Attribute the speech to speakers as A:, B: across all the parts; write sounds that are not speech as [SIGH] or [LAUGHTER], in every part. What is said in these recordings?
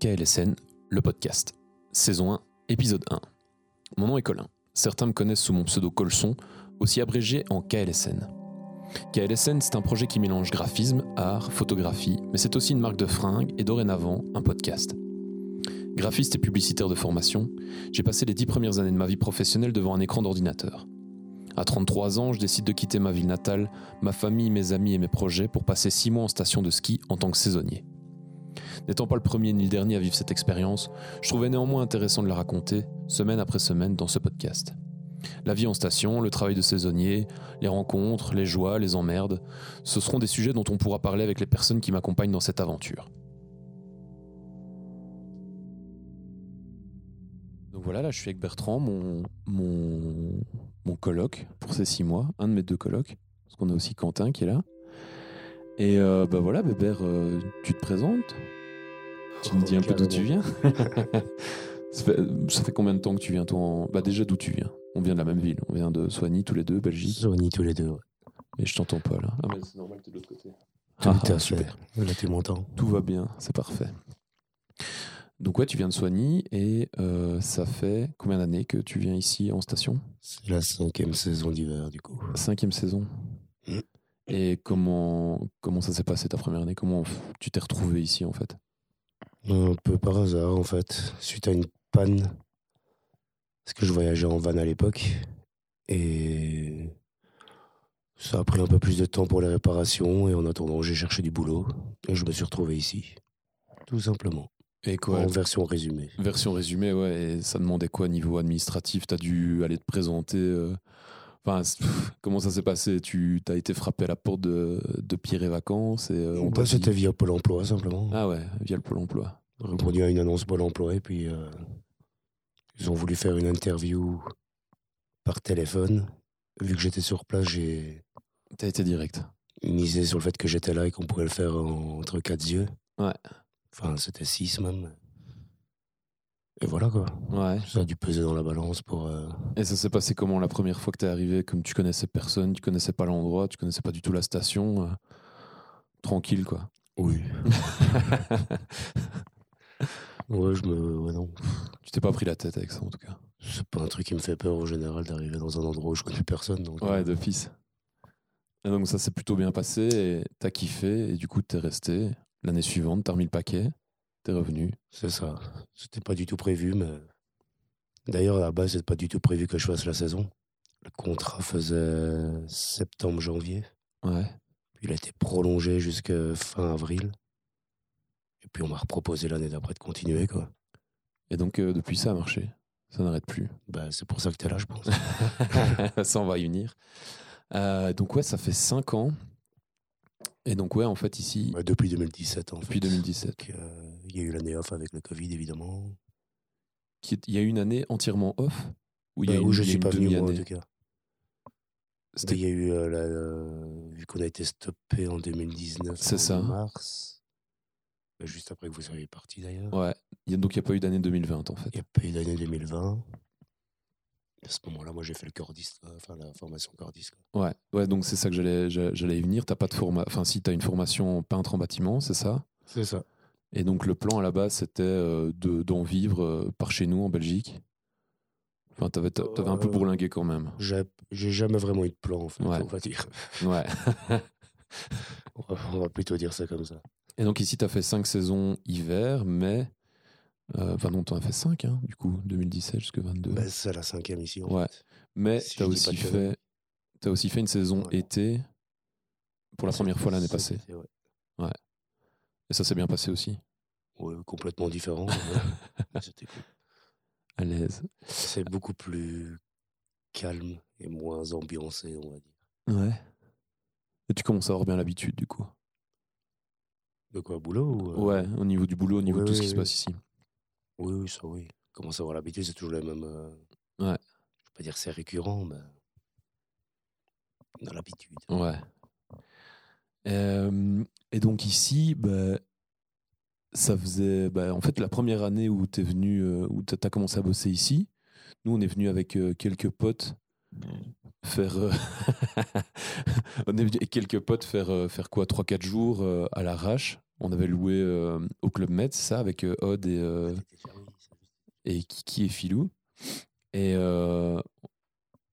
A: KLSN, le podcast. Saison 1, épisode 1. Mon nom est Colin. Certains me connaissent sous mon pseudo Colson, aussi abrégé en KLSN. KLSN, c'est un projet qui mélange graphisme, art, photographie, mais c'est aussi une marque de fringues et dorénavant un podcast. Graphiste et publicitaire de formation, j'ai passé les dix premières années de ma vie professionnelle devant un écran d'ordinateur. À 33 ans, je décide de quitter ma ville natale, ma famille, mes amis et mes projets pour passer six mois en station de ski en tant que saisonnier. N'étant pas le premier ni le dernier à vivre cette expérience, je trouvais néanmoins intéressant de la raconter, semaine après semaine, dans ce podcast. La vie en station, le travail de saisonnier, les rencontres, les joies, les emmerdes, ce seront des sujets dont on pourra parler avec les personnes qui m'accompagnent dans cette aventure. Donc voilà, là je suis avec Bertrand, mon, mon, mon coloc pour ces six mois, un de mes deux colocs, parce qu'on a aussi Quentin qui est là. Et euh, bah voilà, Bébert, euh, tu te présentes Tu me dis un peu d'où tu viens ça, fait, ça fait combien de temps que tu viens toi en- Bah déjà d'où tu viens On vient de la même ville, on vient de Soigny tous les deux, Belgique.
B: Sony tous les deux. ouais.
A: Et je t'entends pas là. Ah mais c'est normal, t'es de l'autre côté.
B: Tout
A: Ah,
B: à fait.
A: super.
B: Là, tu m'entends.
A: Tout va bien, c'est parfait. Donc ouais, tu viens de Soigny et euh, ça fait combien d'années que tu viens ici en station
B: C'est la cinquième saison d'hiver, du coup.
A: Cinquième saison.
B: Mm.
A: Et comment, comment ça s'est passé ta première année Comment tu t'es retrouvé ici en fait
B: Un peu par hasard, en fait, suite à une panne. Parce que je voyageais en van à l'époque. Et ça a pris un peu plus de temps pour les réparations. Et en attendant, j'ai cherché du boulot. Et je me suis retrouvé ici. Tout simplement.
A: Et quoi
B: En version résumée.
A: Version résumée, ouais, et ça demandait quoi niveau administratif T'as dû aller te présenter euh, Enfin, c'est- pff, comment ça s'est passé Tu as été frappé à la porte de, de Pierre et Vacances et euh, on t'a
B: Bah,
A: dit-
B: C'était via Pôle emploi, simplement.
A: Ah ouais, via le Pôle emploi.
B: répondu à une annonce Pôle emploi et puis euh, ils ont voulu faire une interview par téléphone. Vu que j'étais sur place, j'ai
A: T'as été direct.
B: misé sur le fait que j'étais là et qu'on pourrait le faire en- entre quatre yeux.
A: Ouais.
B: Enfin, c'était six même. Et voilà quoi.
A: Ouais.
B: Ça a dû peser dans la balance pour. euh,
A: Et ça s'est passé comment la première fois que t'es arrivé Comme tu connaissais personne, tu connaissais pas l'endroit, tu connaissais pas du tout la station. euh, tranquille, quoi. [LAUGHS]
B: Oui. Ouais, je me. Ouais, non.
A: tu t'es pas pris la tête avec ça, en tout cas.
B: C'est pas un truc qui me fait peur en général d'arriver dans un endroit où je connais personne. Donc, euh,
A: Ouais, d'office. Et donc ça s'est plutôt bien passé, et t'as kiffé, et du coup t'es resté. L'année suivante, t'as remis le paquet, t'es revenu.
B: C'est ça. C'était pas du tout prévu, mais. D'ailleurs, à la base, c'était pas du tout prévu que je fasse la saison. Le contrat faisait septembre-janvier.
A: Ouais.
B: Puis il a été prolongé jusqu'à fin avril. Et puis on m'a reproposé l'année d'après de continuer, quoi.
A: Et donc euh, depuis ça a marché, ça n'arrête plus.
B: Bah, c'est pour ça que t'es là, je pense.
A: ça on va y venir. Euh, donc ouais, ça fait 5 ans. Et donc ouais, en fait ici,
B: Bah, depuis 2017, en
A: depuis
B: fait.
A: 2017,
B: Donc, euh, il y a eu l'année off avec le Covid, évidemment.
A: qui est- il y a eu une année entièrement off. Où, il y a
B: Bah,
A: eu-
B: où je
A: il y a
B: suis
A: une
B: pas venu, moi, en
A: demi-année.
B: tout cas.
A: C'était-
B: Il y a eu, euh, la- la- vu qu'on a été stoppé en 2019,
A: C'est
B: en
A: ça.
B: mars. Bah, juste après que vous soyez parti, d'ailleurs.
A: Ouais. Il y a- Donc il n'y a pas eu d'année 2020 en fait.
B: Il y a pas eu d'année 2020. À ce moment-là, moi, j'ai fait le cordiste, quoi, enfin la formation cordiste. quoi.
A: Ouais, ouais donc c'est ça que j'allais j'a- j'allais y venir. T'as pas de forma... Enfin si, t'as une formation en peintre en bâtiment, c'est ça
B: C'est ça.
A: Et donc le plan à la base, c'était euh, de- d'en vivre euh, par chez nous en Belgique. Enfin, t'avais, t'a- t'avais un peu
B: Euh,
A: bourlingué quand même.
B: J'ai j'ai jamais vraiment eu de plan, en fait,
A: Ouais.
B: on va dire. [LAUGHS]
A: Ouais.
B: On va- on va plutôt dire ça comme ça.
A: Et donc ici, t'as fait cinq saisons hiver, mais... euh, Enfin non, t'en as fait cinq, hein, du coup, 2017 jusque 22.
B: Bah, c'est la cinquième ici, en
A: Ouais.
B: fait.
A: mais
B: si
A: t'as
B: je dis
A: aussi
B: pas de
A: fait... T'as aussi fait une saison
B: Ouais.
A: été pour la première fois l'année
B: Cet
A: passée.
B: été, Ouais.
A: Et ça s'est bien passé aussi.
B: Ouais, complètement différent. mais,
A: [LAUGHS]
B: euh, c'était cool.
A: À l'aise.
B: C'est beaucoup plus calme et moins ambiancé, on va dire.
A: Ouais. Et tu commences à avoir bien l'habitude, du coup.
B: De quoi, boulot ou, euh,
A: Ouais, au niveau du boulot, au niveau de
B: Oui,
A: tout ce
B: oui,
A: qui se
B: oui.
A: passe ici.
B: Oui, oui, ça, oui. Commence à avoir l'habitude, c'est toujours le même. euh,
A: Ouais.
B: Je peux pas dire que c'est récurrent, mais. Dans l'habitude.
A: Ouais. Euh, et donc ici, bah, ça faisait bah, en fait la première année où t'es venu, euh, où t'as t'as commencé à bosser ici. Nous, on est venu avec euh, quelques potes faire, euh, [LAUGHS] on est venu avec quelques potes faire euh, faire quoi, 3-4 jours euh, à l'arrache. On avait loué euh, au Club Med, c'est ça, avec euh, Odd et, euh, et Kiki et Filou. Et euh,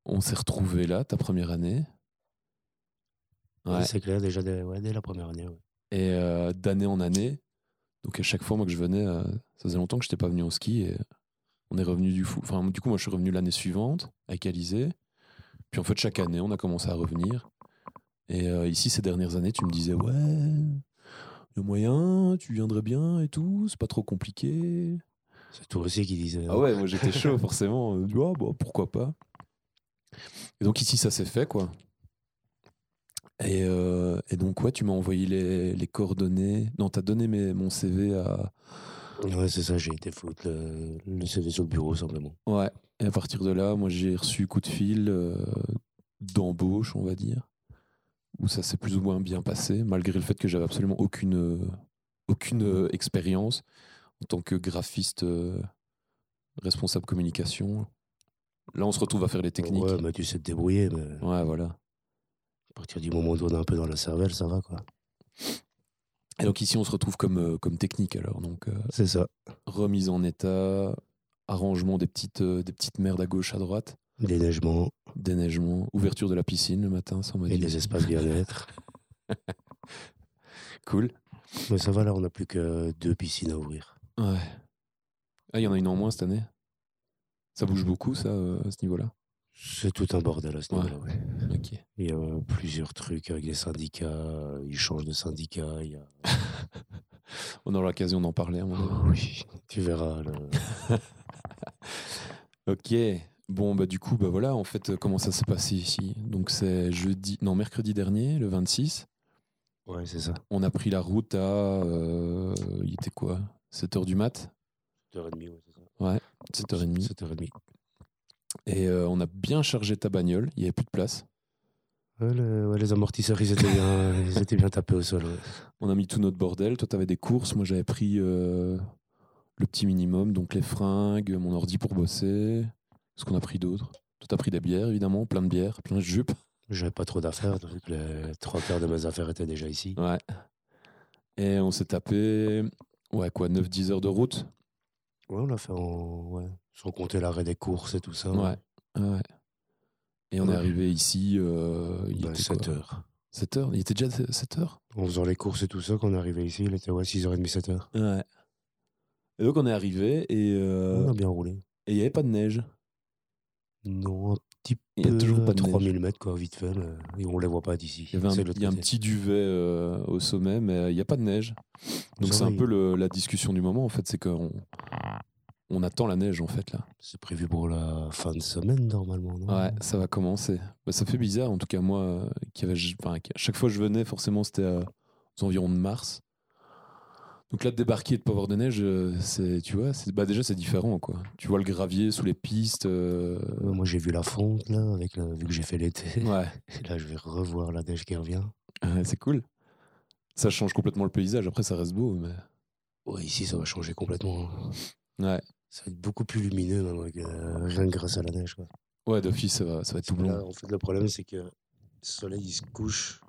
A: on s'est retrouvés là, ta première année. Ouais.
B: Ouais, C'est clair, déjà dès, ouais, dès la première année. ouais.
A: Et euh, d'année en année, donc à chaque fois moi que je venais, euh, ça faisait longtemps que je n'étais pas venu en ski. Et on est revenu du fou. Enfin, du coup, moi je suis revenu l'année suivante avec Alizé. Puis en fait, chaque année, on a commencé à revenir. Et euh, ici, ces dernières années, tu me disais, ouais, le moyen, tu viendrais bien et tout, c'est pas trop compliqué.
B: C'est toi aussi qui disais.
A: Ah ouais, moi j'étais chaud forcément. Euh, Ah bah, pourquoi pas. Et donc ici ça s'est fait quoi. Et, euh, et donc ouais, tu m'as envoyé les, les coordonnées. Non, t'as donné mes- mon CV à.
B: hein. Ouais, c'est ça, j'ai été foutre le, le CV sur le bureau simplement.
A: Ouais. Et à partir de là, moi j'ai reçu coup de fil euh, d'embauche, on va dire, où ça s'est plus ou moins bien passé, malgré le fait que j'avais absolument aucune euh, aucune euh, expérience en tant que graphiste euh, responsable communication. Là, on se retrouve à faire les techniques.
B: Ouais, mais tu sais te débrouiller, mais
A: Ouais, voilà.
B: à partir du moment où on est un peu dans la cervelle, ça va quoi.
A: Et donc ici, on se retrouve comme, euh, comme technique alors. Donc euh,
B: C'est ça.
A: remise en état, arrangement des petites, euh, des petites merdes à gauche, à droite,
B: Déneigement
A: déneigement, ouverture de la piscine le matin, sans
B: et les espaces bien-être.
A: Cool.
B: mais ça va, là, on n'a plus que deux piscines à ouvrir.
A: Ouais. Ah, il y en a une en moins cette année. Ça bouge beaucoup, ça, euh, à ce niveau-là.
B: C'est tout un bordel à ce
A: Ouais.
B: niveau-là. ouais.
A: Ok.
B: Il y a euh, plusieurs trucs avec les syndicats, euh, ils changent de syndicat. Il y a...
A: On aura l'occasion d'en parler. à mon avis.
B: Oh, oui, tu verras. le-
A: Ok. Bon, bah du coup, bah voilà, en fait, euh, comment ça s'est passé ici Donc c'est jeudi, non, mercredi dernier, le 26.
B: Ouais, c'est ça.
A: On a pris la route à, euh, il était quoi 7h du mat
B: 7h30, ouais, c'est ça.
A: 7h30.
B: 7h30.
A: Et euh, on a bien chargé ta bagnole, il n'y avait plus de place.
B: Ouais, le- ouais, les amortisseurs, ils étaient bien, [LAUGHS] ils étaient bien tapés au sol. ouais.
A: On a mis tout notre bordel. Toi, t'avais des courses, moi j'avais pris euh, le petit minimum, donc les fringues, mon ordi pour bosser. Qu'est-ce qu'on a pris d'autre Toi, t'as pris des bières, évidemment, plein de bières, plein de jupes.
B: J'avais pas trop d'affaires, donc les trois quarts de mes affaires étaient déjà ici.
A: Ouais. Et on s'est tapé, ouais, quoi, 9-10 heures de route
B: Ouais, on l'a fait en. Ouais. Sans compter l'arrêt des courses et tout ça.
A: Ah Ouais. Ouais. Et on est
B: Ouais.
A: arrivé ici, euh, il était
B: 7h.
A: 7 heures. Il était déjà 7 heures
B: En faisant les courses et tout ça, quand on est arrivé ici, il était ouais, 6h30, 7h.
A: Ouais. Et donc on est arrivé et euh,
B: On a bien roulé.
A: et il n'y avait pas de neige.
B: Non, un petit
A: Il n'y a
B: peu,
A: toujours pas
B: à
A: de neige.
B: 3000 Euh, mètres, quoi, vite fait, mais et on les voit pas d'ici.
A: Il y, avait un,
B: C'est de l'autre
A: il y a un
B: côté.
A: petit duvet euh, au sommet, mais euh, il n'y a pas de neige. Donc
B: Ça
A: c'est
B: va,
A: un
B: il-
A: peu le- la discussion du moment en fait, c'est qu'on on attend la neige en fait là.
B: C'est prévu pour la fin de semaine, normalement, non
A: Ouais, ça va commencer. Bah, ça fait bizarre en tout cas moi, euh, qui avait, enfin, qui- à chaque fois que je venais forcément c'était euh, aux environs de mars. Donc là de débarquer et de pas avoir de neige, euh, c'est tu vois, c'est bah déjà c'est différent quoi. Tu vois le gravier sous les pistes. euh,
B: Euh, Moi, j'ai vu la fonte, là, avec la- vu que j'ai fait l'été.
A: ouais.
B: Et [LAUGHS] Là, je vais revoir la neige qui revient.
A: Ouais, [LAUGHS] c'est cool. Ça change complètement le paysage. Après, ça reste beau. Mais...
B: Ouais, ici, ça va changer complètement. hein.
A: Ouais,
B: Ça va être beaucoup plus lumineux, même, avec, euh, rien que grâce à la neige, quoi.
A: ouais d'office, ça va, ça va être tout
B: Là,
A: blanc.
B: en fait, le problème, c'est que le soleil, il se couche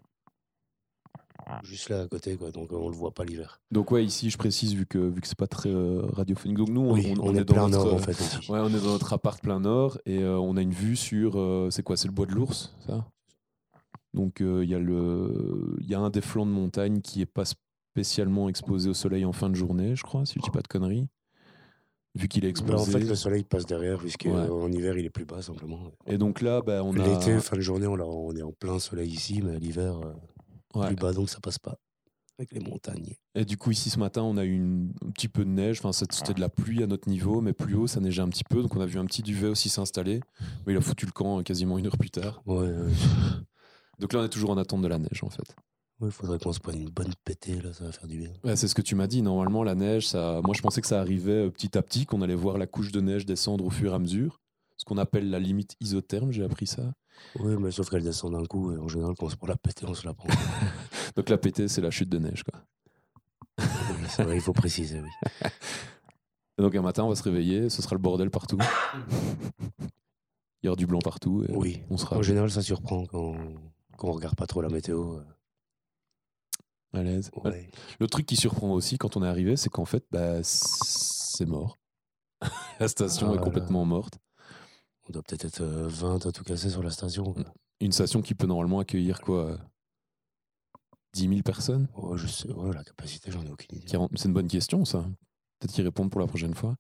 B: juste là à côté, quoi. Donc, on le voit pas l'hiver.
A: Donc, ouais, ici, je précise, vu que, vu que c'est pas très euh, radiophonique. Donc, nous, on,
B: Oui,
A: on-
B: on,
A: on
B: est,
A: dans
B: plein
A: notre,
B: nord, en
A: euh,
B: fait, aussi.
A: Ouais, on est dans notre appart plein nord et euh, on a une vue sur. euh, c'est quoi C'est le bois de l'ours, ça Donc, euh, il y, a le- il y a un des flancs de montagne qui est pas spécialement exposé au soleil en fin de journée, je crois, si je dis pas de conneries. Vu qu'il est
B: Bah, en
A: exposé.
B: fait, le soleil passe derrière, puisque
A: Ouais.
B: euh, en hiver, il est plus bas, simplement.
A: Et donc là, bah, on a.
B: L'été, fin de journée, on, l'a- on est en plein soleil ici, mais l'hiver, euh,
A: Ouais.
B: plus bas, donc ça passe pas. Avec les montagnes.
A: Et du coup, ici ce matin, on a eu une- un petit peu de neige. Enfin, c'est- c'était de la pluie à notre niveau, mais plus haut, ça neigeait un petit peu. Donc, on a vu un petit duvet aussi s'installer. Mais il a foutu le camp euh, quasiment une heure plus tard.
B: Ouais, euh,
A: Donc là, on est toujours en attente de la neige, en fait.
B: ouais, faudrait qu'on se prenne une bonne pétée, là, ça va faire du bien.
A: Ouais, c'est ce que tu m'as dit. Normalement, la neige, ça... moi, je pensais que ça arrivait euh, petit à petit, qu'on allait voir la couche de neige descendre au fur et à mesure. Ce qu'on appelle la limite isotherme, j'ai appris ça.
B: Ouais, mais sauf qu'elle descend d'un coup, et en général, quand on se prend la pétée, on
A: [LAUGHS]
B: se la prend.
A: Donc, la pété, c'est la chute de neige, quoi.
B: C'est vrai, il faut préciser, oui.
A: Et donc, un matin, on va se réveiller, ce sera le bordel partout. [LAUGHS] il y aura du blanc partout. et
B: Oui.
A: On sera.
B: En général, ça surprend quand, quand on regarde pas trop la météo. euh.
A: à l'aise. Voilà.
B: Ouais.
A: Le truc qui surprend aussi quand on est arrivé, c'est qu'en fait, bah, c'est mort. [LAUGHS] La station
B: Ah
A: est
B: là
A: complètement morte.
B: On doit peut-être être euh, 20 à tout casser sur la station. quoi.
A: Une station qui peut normalement accueillir quoi euh, 10 000 personnes
B: Ouais, je sais. Ouais, la capacité, j'en ai aucune idée.
A: 40 C'est une bonne question, ça. Peut-être qu'ils répondent pour la prochaine fois.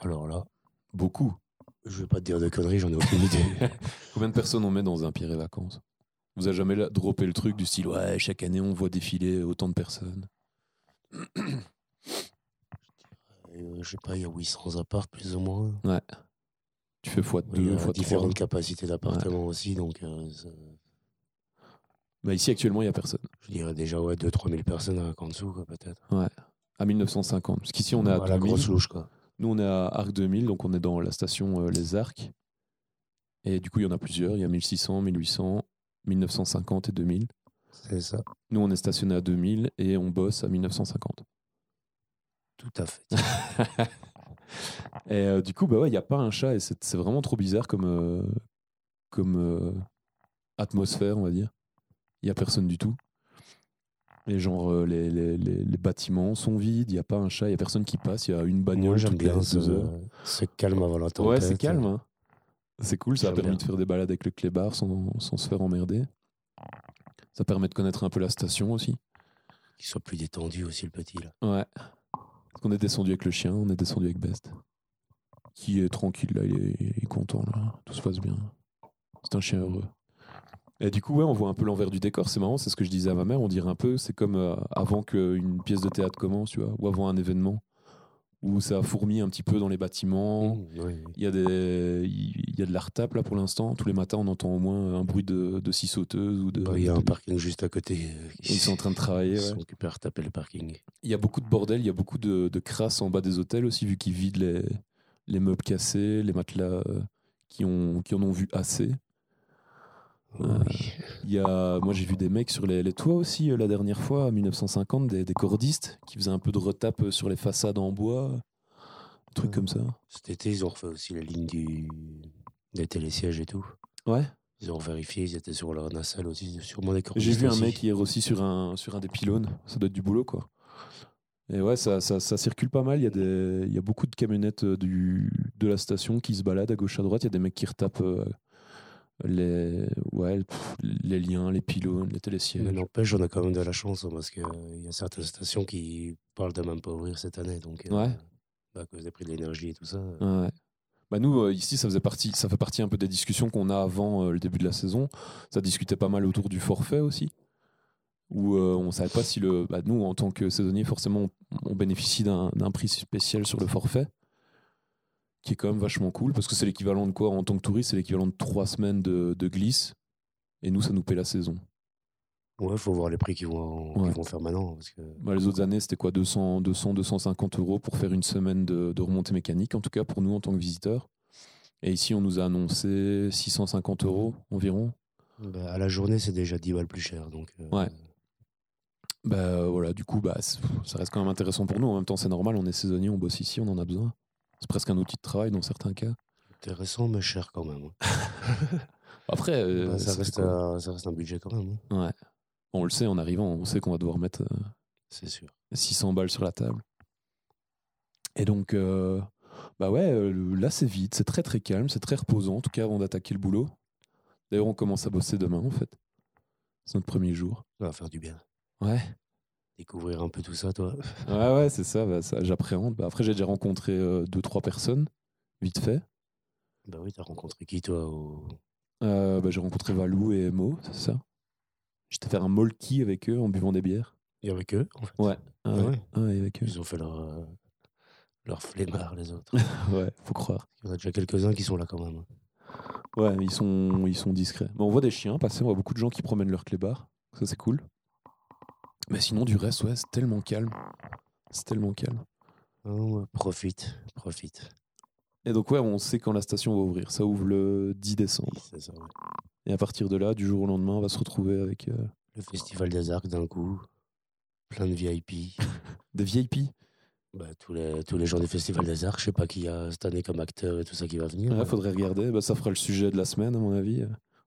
B: Alors là,
A: Beaucoup. [LAUGHS]
B: je vais pas te dire de conneries, j'en ai aucune idée.
A: Combien de personnes on met dans un pire et vacances Vous avez jamais là, droppé le truc du style ouais chaque année on voit défiler autant de personnes.
B: Euh, je sais pas, il y a 800 apparts plus ou moins.
A: Tu fais fois
B: Il y
A: deux,
B: a
A: fois trois.
B: différentes capacités d'appartements aussi, donc euh, ça-
A: Bah, ici actuellement il y a personne.
B: je dirais déjà ouais, 2-3 000 personnes rien qu'en dessous, quoi, peut-être.
A: À 1950. Parce qu'ici on est à
B: à la
A: 2000.
B: grosse louche, quoi.
A: Nous on est à Arc 2000 donc on est dans la station euh, Les Arcs. Et du coup il y en a plusieurs. Il y a 1600, 1800, 1950 et 2000.
B: C'est ça,
A: Nous on est stationné à 2000 et on bosse à 1950.
B: tout à fait.
A: Et euh, du coup, bah ouais, il n'y a pas un chat et c'est c'est vraiment trop bizarre comme, euh, comme euh, atmosphère, on va dire. Il n'y a personne du tout. Et genre, euh, les, les- les- les bâtiments sont vides, il n'y a pas un chat, il n'y a personne qui passe, il y a une
B: Moi,
A: bagnole
B: j'aime
A: toutes les
B: bien ce,
A: deux heures.
B: ce calme avant la tempête.
A: Ouais, c'est calme. hein. C'est cool, ça a
B: J'aime
A: permis
B: bien.
A: de faire des balades avec le clébard sans, sans se faire emmerder. Ça permet de connaître un peu la station aussi.
B: euh, Qu'il soit plus détendu aussi, le petit, là.
A: Ouais. Parce qu'on est descendu avec le chien, on est descendu avec Best. Qui est tranquille, là, il est, il est content, là. Tout se passe bien. C'est un chien heureux. Et du coup, ouais, on voit un peu l'envers du décor, c'est marrant, c'est ce que je disais à ma mère, on dirait un peu, c'est comme euh, avant qu'une pièce de théâtre commence, tu vois, ou avant un événement, où ça fourmille un petit peu dans les bâtiments.
B: Mmh, ouais.
A: Il y, a des, il y a de la retape, là, pour l'instant. Tous les matins, on entend au moins un bruit de, de scie sauteuse ou de.
B: Bah, Il y a un parking juste à côté. euh, qui-
A: Ils sont en train de travailler.
B: Ils
A: ouais.
B: sont occupés à retaper le parking.
A: Il y a beaucoup de bordel, il y a beaucoup de, de crasse en bas des hôtels aussi, vu qu'ils vident les, les meubles cassés, les matelas euh, qui, ont, qui en ont vu assez. Euh,
B: Oui.
A: Il y a, moi, j'ai vu des mecs sur les, les toits aussi, euh, la dernière fois, en 1950, des, des cordistes qui faisaient un peu de retape euh, sur les façades en bois, des trucs
B: Ouais.
A: comme ça.
B: Cet été, ils ont refait aussi la ligne du... des télésièges et tout.
A: Ouais.
B: Ils ont vérifié, ils étaient sur leur nacelle aussi, sûrement des
A: J'ai
B: cordistes
A: vu un
B: aussi.
A: mec hier aussi sur un, sur un des pylônes, ça doit être du boulot, quoi. Et ouais, ça, ça, ça circule pas mal, il y, a des, il y a beaucoup de camionnettes euh, du, de la station qui se baladent à gauche, à droite, il y a des mecs qui retapent euh, les, ouais, pff, les liens, les pylônes, les télésièges.
B: Mais n'empêche, on a quand même de la chance hein, parce qu'il y a certaines stations qui parlent de même pas ouvrir cette année. Donc, euh,
A: Ouais.
B: bah, à cause des prix de l'énergie et tout ça. euh,
A: Ouais. Bah nous, euh, ici, ça, faisait partie, ça fait partie un peu des discussions qu'on a avant euh, le début de la saison. Ça discutait pas mal autour du forfait aussi. Où euh, on savait pas si le. bah, nous, en tant que saisonnier, forcément, on, on bénéficie d'un d'un prix spécial sur le forfait. Qui est quand même vachement cool. Parce que c'est l'équivalent de quoi En tant que touriste, c'est l'équivalent de trois semaines de, de glisse. Et nous, ça nous paie la saison.
B: Ouais, faut voir les prix qu'ils vont, qu'ils
A: Ouais.
B: vont faire maintenant. Parce que...
A: Bah, les autres années, c'était quoi 200, 200, 250 euros pour faire une semaine de, de remontée mécanique, en tout cas pour nous en tant que visiteurs. Et ici, on nous a annoncé 650 euros environ.
B: bah, à la journée, c'est déjà 10 balles plus cher. Donc, euh,
A: Ouais. Bah, euh, voilà, du coup, bah, c'est- ça reste quand même intéressant pour nous. En même temps, c'est normal, on est saisonnier, on bosse ici, on en a besoin. C'est presque un outil de travail dans certains cas.
B: intéressant, mais cher quand même. hein.
A: Après, euh,
B: Bah, ça,
A: c'était
B: reste
A: cool.
B: un, ça reste un budget quand même, hein,
A: on le sait en arrivant, on sait qu'on va devoir mettre euh,
B: c'est sûr.
A: 600 balles sur la table. Et donc, euh, bah ouais, euh, là c'est vide, c'est très très calme, c'est très reposant, en tout cas avant d'attaquer le boulot. D'ailleurs, on commence à bosser demain en fait. C'est notre premier jour.
B: Ça va faire du bien.
A: Ouais,
B: Découvrir un peu tout ça, toi. [LAUGHS]
A: ouais, ouais, c'est ça, bah, ça j'appréhende. Bah, après, j'ai déjà rencontré euh, deux, trois personnes, vite fait.
B: Bah oui, t'as rencontré qui, toi au...
A: Euh, bah, j'ai rencontré Valou et Mo, c'est ça. J'étais faire un molki avec eux en buvant des bières.
B: Et avec eux, en fait.
A: Ouais. Ah
B: Ah
A: ouais,
B: ouais.
A: ah, et avec eux.
B: Ils ont fait leur, euh, leur flemmard,
A: [LAUGHS]
B: les autres.
A: Ouais, faut croire.
B: Il y en a déjà quelques-uns qui sont là quand même. hein.
A: Ouais, ils sont, ils sont discrets. Bon, on voit des chiens passer, on voit beaucoup de gens qui promènent leur clébards. Ça, c'est cool. Mais sinon, du reste, ouais, c'est tellement calme. C'est tellement calme.
B: Oh, ouais, profite, profite.
A: Et donc, ouais, on sait quand la station va ouvrir. Ça ouvre le 10 décembre.
B: C'est ça, ouais.
A: Et à partir de là, du jour au lendemain, on va se retrouver avec euh,
B: Le festival des arcs d'un coup, plein de
A: [LAUGHS]
B: VIP.
A: des VIP.
B: Bah, tous, les, tous les gens du festival des arcs, je sais pas qui y a cette année comme acteur et tout ça qui va venir.
A: Il faudrait regarder. Bah, ça fera le sujet de la semaine, à mon avis.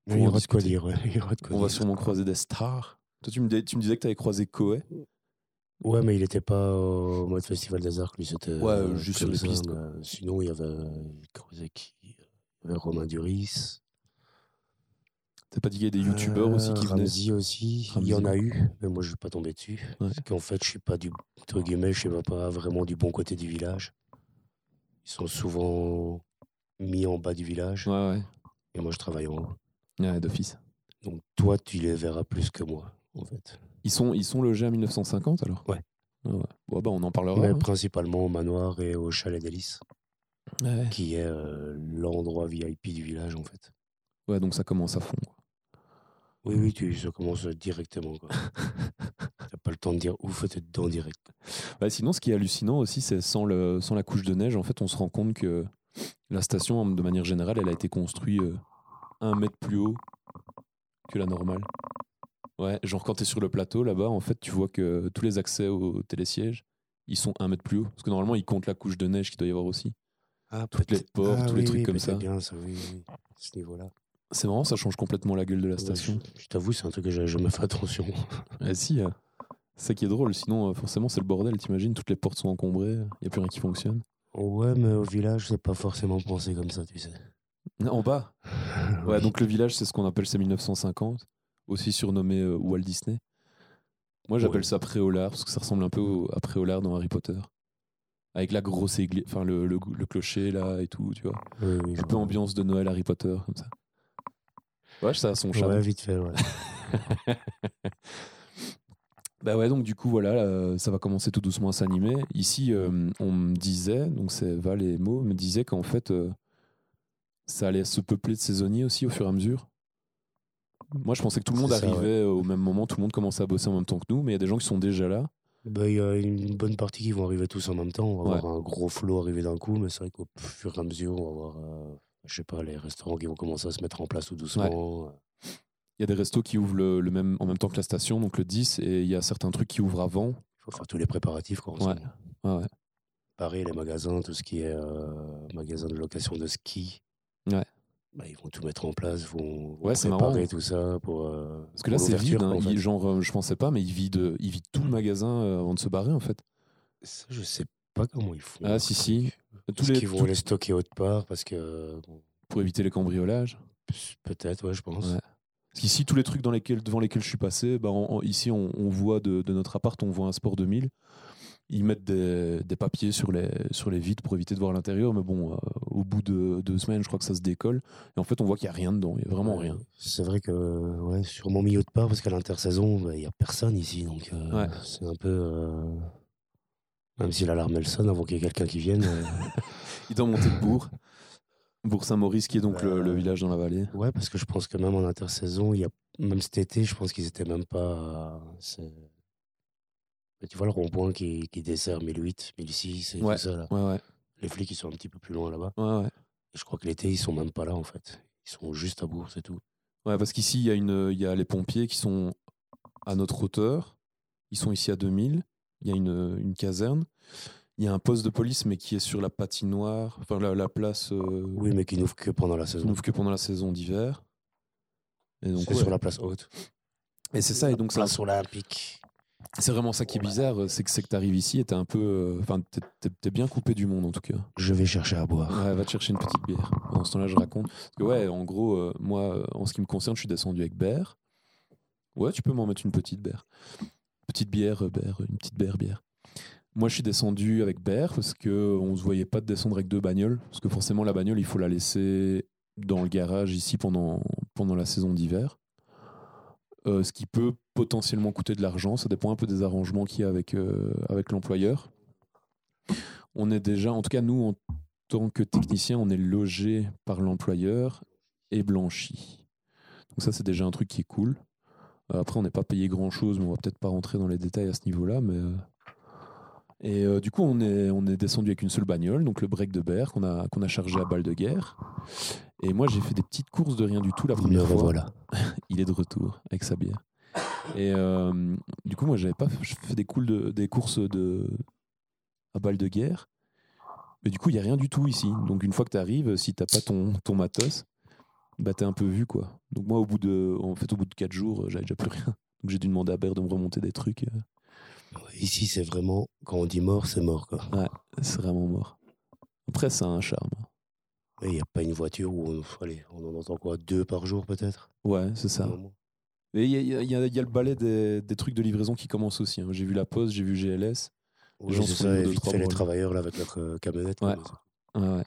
B: Mais il y
A: on
B: aura de quoi
A: discuter.
B: dire, ouais, [LAUGHS] il y aura de quoi
A: On va
B: dire.
A: sûrement croiser des stars. Toi, tu me, dis- tu me disais que tu avais croisé Koé.
B: Ouais, mais il n'était pas au mode Festival des Arcs, lui, c'était. euh,
A: Ouais, juste sur
B: comme
A: les
B: ça,
A: pistes,
B: mais Sinon, il y avait Krozeki, il y avait Romain Duris.
A: T'as pas dit qu'il y a des youtubeurs aussi qui venaient
B: Ramsey Euh, aussi, il
A: Ramsey.
B: y en a eu, mais moi je suis pas tombé dessus.
A: Ouais.
B: Parce qu'en fait, je suis pas du entre guillemets, je suis pas vraiment du bon côté du village. Ils sont souvent mis en bas du village
A: Ouais, ouais.
B: et moi je travaille en haut.
A: Ouais, d'office.
B: Donc toi, tu les verras plus que moi, en fait.
A: Ils sont, ils sont logés à 1950 alors
B: Ouais.
A: Ah ouais. Bon, bah, on en parlera.
B: mais
A: hein.
B: principalement au manoir et au chalet d'Alice,
A: Ouais.
B: qui est euh, l'endroit VIP du village, en fait.
A: Ouais, donc ça commence à fond. quoi.
B: Oui, oui, tu ça commence directement.
A: [LAUGHS]
B: quoi. T'as pas le temps de dire ouf, t'es dedans direct.
A: Bah, sinon, ce qui est hallucinant aussi, c'est sans, le, sans la couche de neige, en fait, on se rend compte que la station, de manière générale, elle a été construite euh, un mètre plus haut que la normale. Ouais, genre quand t'es sur le plateau là-bas, en fait, tu vois que tous les accès au télésiège, ils sont un mètre plus haut. Parce que normalement, ils comptent la couche de neige qu'il doit y avoir aussi.
B: Ah,
A: Toutes les
B: peut-être-
A: portes, tous les
B: oui,
A: trucs
B: oui,
A: comme
B: peut-être
A: ça.
B: bien, ça, oui, oui, ce niveau-là.
A: C'est marrant, ça change complètement la gueule de la
B: Ouais,
A: station.
B: je je t'avoue, c'est un truc que j'avais jamais fait attention.
A: Eh si, euh, c'est ça qui est drôle. Sinon, euh, forcément, c'est le bordel. T'imagines, toutes les portes sont encombrées, il n'y a plus rien qui fonctionne.
B: Ouais, mais au village, c'est pas forcément pensé comme ça, tu sais.
A: En bas Ouais,
B: Ah Oui.
A: donc le village, c'est ce qu'on appelle c'est 1950, aussi surnommé euh, Walt Disney. Moi, j'appelle
B: Ouais.
A: ça Préolard, parce que ça ressemble un peu au- à Préolard dans Harry Potter. Avec la grosse église, enfin le, le- le clocher là et tout, tu vois.
B: Oui, oui, je
A: Un peu
B: vois.
A: ambiance de Noël Harry Potter, comme ça. Ouais, ça a son charme.
B: Ouais, vite fait, ouais.
A: Bah ouais, donc du coup, voilà, euh, ça va commencer tout doucement à s'animer. Ici, euh, on me disait, donc c'est Val et Mo, me disaient qu'en fait, euh, ça allait se peupler de saisonniers aussi au fur et à mesure. Moi, je pensais que tout le monde
B: C'est ça,
A: arrivait au même moment, tout le monde commençait à bosser en même temps que nous, mais il y a des gens qui sont déjà là.
B: Bah, il y a une bonne partie qui vont arriver tous en même temps. On va
A: Ouais.
B: avoir un gros flot arriver d'un coup, mais c'est vrai qu'au fur et à mesure, on va avoir, euh, je sais pas, les restaurants qui vont commencer à se mettre en place tout doucement.
A: Il y a des restos qui ouvrent le, le même, en même temps que la station, donc le 10, et il y a certains trucs qui ouvrent avant.
B: Il faut faire tous les préparatifs, quoi.
A: Ouais. Ouais, ouais.
B: Pareil, les magasins, tout ce qui est euh, magasin de location de ski.
A: Ouais.
B: Bah, ils vont tout mettre en place, vont, vont
A: Ouais, c'est marrant.
B: préparer tout ça pour. euh,
A: Parce que
B: pour
A: là, c'est
B: l'ouverture,
A: vide, hein.
B: quoi, en fait.
A: Il- genre, euh, je pensais pas, mais il vide, il vide tout le magasin euh, avant de se barrer, en fait.
B: Ça, je sais pas comment ils font.
A: Ah, si, si. Tous
B: Tous
A: les,
B: qu'ils vont
A: tout-
B: les stocker autre part parce que. bon,
A: pour éviter les cambriolages.
B: Peut-être, ouais, je pense.
A: Ouais. Parce qu'ici, tous les trucs dans lesquels, devant lesquels je suis passé, bah, en- en- ici, on, on voit de, de notre appart, on voit un sport 2000. Ils mettent des, des papiers sur les, sur les vitres pour éviter de voir l'intérieur, mais bon, euh, au bout de deux semaines, je crois que ça se décolle. Et en fait, on voit qu'il n'y a rien dedans, il n'y a vraiment
B: Ouais,
A: rien.
B: Euh, C'est vrai que, euh, ouais, sûrement mis autre part parce qu'à l'intersaison, bah, il n'y a personne ici. Donc, euh,
A: Ouais.
B: c'est un peu. euh, Même si l'alarme elle sonne avant qu'il y ait quelqu'un qui vienne. euh,
A: Ils doivent monter le bourg. Bourg Saint-Maurice, qui est donc le,
B: Bah,
A: le village dans la vallée.
B: Ouais, parce que je pense que même en intersaison, il y a... même cet été, je pense qu'ils étaient même pas. c'est- Mais tu vois le rond-point qui, qui dessert 1008, 1006 et
A: Ouais.
B: tout ça. Là.
A: Ouais, ouais,
B: Les flics, ils sont un petit peu plus loin là-bas.
A: ouais. ouais.
B: Et Je crois que l'été, ils sont même pas là en fait. Ils sont juste à Bourg, c'est tout.
A: Ouais, parce qu'ici, il y, a une- il y a les pompiers qui sont à notre hauteur. Ils sont ici à 2000. Il y a une, une caserne. Il y a un poste de police, mais qui est sur la patinoire, enfin la, la place euh,
B: Oui, mais qui n'ouvrent que pendant la
A: qui
B: saison.
A: n'ouvre que pendant la saison d'hiver. Et donc,
B: C'est
A: ouais.
B: sur la place haute.
A: Et c'est ça, et donc c'est un-
B: place olympique.
A: c'est vraiment ça qui est bizarre, euh, c'est que c'est que t'arrives ici et t'es un peu, euh, enfin t'es- t'es- t'es bien coupé du monde en tout cas.
B: Je vais chercher à boire.
A: Ouais, va te chercher une petite bière. Pendant ce temps-là, je raconte. Parce que, ouais, en gros, euh, moi, euh, en ce qui me concerne, je suis descendu avec Bear. Ouais, tu peux m'en mettre une petite bière. Petite bière, euh, Bear, une petite bière, bière. Moi, je suis descendu avec Bear parce que on se voyait pas de descendre avec deux bagnoles. Parce que forcément, la bagnole, il faut la laisser dans le garage ici pendant, pendant la saison d'hiver. Euh, ce qui peut potentiellement coûter de l'argent. Ça dépend un peu des arrangements qu'il y a avec, euh, avec l'employeur. On est déjà, en tout cas, nous, en tant que technicien, on est logé par l'employeur et blanchi. Donc ça, c'est déjà un truc qui est cool. Euh, Après, on n'est pas payé grand-chose, mais on va peut-être pas rentrer dans les détails à ce niveau-là. Mais euh, et euh, du coup, on est on est descendu avec une seule bagnole, donc le break de Berre qu'on a qu'on a chargé à balles de guerre. Et moi, j'ai fait des petites courses de rien du tout la
B: Me
A: première fois
B: revoilà.
A: il est de retour avec sa bière. Et euh, du coup, moi, j'avais pas je fais des, coups de, des courses de, à balles de guerre. Mais du coup, il n'y a rien du tout ici. Donc, une fois que tu arrives, si t'as pas ton, ton matos, bah, t'es un peu vu, quoi. Donc, moi, au bout de, en fait, au bout de 4 jours, euh, j'avais déjà plus rien. Donc, Obligé de demander à Bert de me remonter des trucs. euh.
B: Ici, c'est vraiment, quand on dit mort, c'est mort. quoi.
A: C'est vraiment mort. Après, ça a un charme.
B: Et Il n'y a pas une voiture où on, allez, on en entend quoi Deux par jour peut-être
A: Ouais, c'est ça.
B: Non, moi.
A: Et il y a, il y a- il y a- il y a le balai des, des trucs de livraison qui commence aussi. hein. J'ai vu la poste, j'ai vu GLS.
B: Ouais,
A: gens
B: c'est
A: sont
B: ça,
A: libres de
B: et vite
A: trois
B: fait les
A: mois.
B: travailleurs là, avec leur euh, camionnette.
A: Ouais.
B: comme ça.
A: Ouais.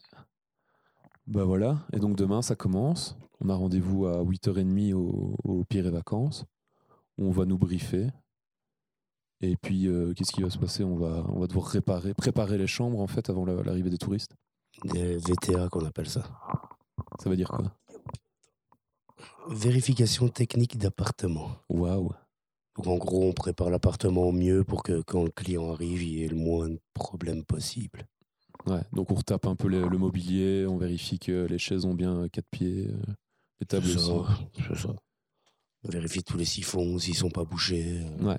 A: Bah voilà. Et donc demain, ça commence. On a rendez-vous à 8h30 au, au Pire et Vacances. On va nous briefer. Et puis, euh, qu'est-ce qui va se passer on va, on va devoir réparer, préparer les chambres en fait avant la- l'arrivée des touristes.
B: Des VTA qu'on appelle ça.
A: Ça veut dire quoi
B: Vérification technique d'appartement.
A: Waouh
B: Donc en gros, on prépare l'appartement au mieux pour que quand le client arrive, il y ait le moins de problèmes possible.
A: Ouais, donc on retape un peu le, le mobilier, on vérifie que les chaises ont bien euh, quatre pieds, euh, les tables
B: C'est
A: aussi.
B: ça, c'est ça. On vérifie tous les siphons, s'ils sont pas bouchés. euh,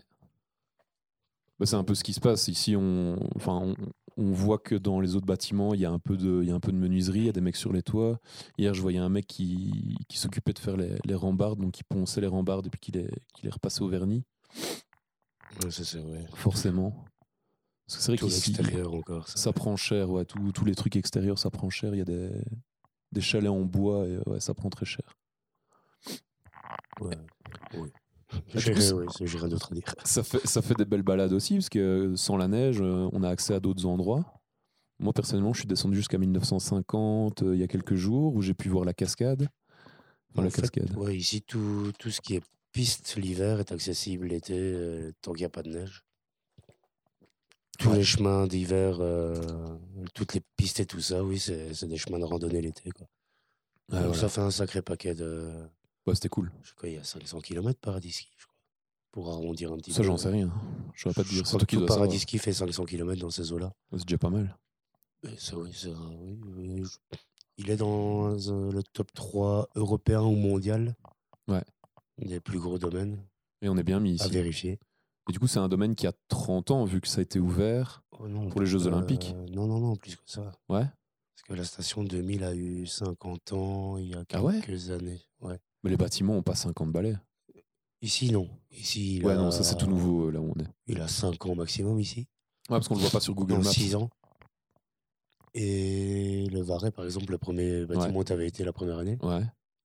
A: Bah, c'est un peu ce qui se passe. Ici, on, enfin, on, on voit que dans les autres bâtiments, il y, a un peu de, il y a un peu de menuiserie, il y a des mecs sur les toits. Hier, je voyais un mec qui, qui s'occupait de faire les, les rambardes, donc qui ponçait les rambardes et puis qui les, qui les repassait au vernis,
B: ouais, ça, c'est vrai.
A: forcément. Parce que c'est vrai
B: Tout
A: qu'ici,
B: l'extérieur encore. Ça.
A: ça prend cher. Ouais, tout- tous les trucs extérieurs, ça prend cher. Il y a des, des chalets en bois, et, ouais, ça prend très cher.
B: J'ai
A: du coup,
B: rien-
A: c'est-
B: [LAUGHS] ouais, ça, j'ai rien d'autre à dire.
A: Ça fait, ça fait des belles balades aussi, parce que sans la neige, euh, on a accès à d'autres endroits. Moi, personnellement, je suis descendu jusqu'à 1950, euh, il y a quelques jours, où j'ai pu voir la cascade. Enfin,
B: En
A: la
B: fait,
A: cascade.
B: Ouais, ici, tout, tout ce qui est piste l'hiver est accessible l'été, euh, tant qu'il n'y a pas de neige. Tous
A: Ouais.
B: les chemins d'hiver, euh, toutes les pistes et tout ça, oui, c'est c'est des chemins de randonnée l'été. quoi.
A: Ah,
B: Donc
A: voilà.
B: ça fait un sacré paquet de.
A: Ouais, C'était cool.
B: Je sais quoi, il y a 500 km paradis ski, je crois. Pour arrondir un petit
A: Ça,
B: peu. euh,
A: j'en sais rien. Je ne vais pas te
B: Je
A: dire.
B: crois
A: Surtout
B: que
A: qu'il
B: tout
A: doit savoir.
B: paradis ski fait 500 km dans ces eaux-là.
A: C'est déjà pas mal.
B: Et Ça, oui, ça, oui, oui, je- Il est dans euh, le top 3 européen ou mondial.
A: Ouais.
B: Des plus gros domaines
A: Et on est bien mis
B: à
A: ici.
B: vérifier.
A: Et du coup, c'est un domaine qui a 30 ans, vu que ça a été ouvert.
B: Oh non,
A: Pour les Jeux
B: euh,
A: Olympiques
B: Non, non, non, plus que ça. Parce
A: Ouais.
B: que la station 2000 a eu 50 ans il y a
A: Ah ouais
B: quelques années. Ouais.
A: Mais les bâtiments ont pas 50 balais.
B: Ici, non. Ici, il
A: Ouais,
B: a...
A: non, ça, c'est tout nouveau euh, là où on est. Ouais,
B: Il a 5 ans maximum ici.
A: parce qu'on le voit pas sur Google
B: en
A: Maps.
B: 6 ans. Et le Varet, par exemple, le premier bâtiment où tu avais été la première année,
A: Ouais.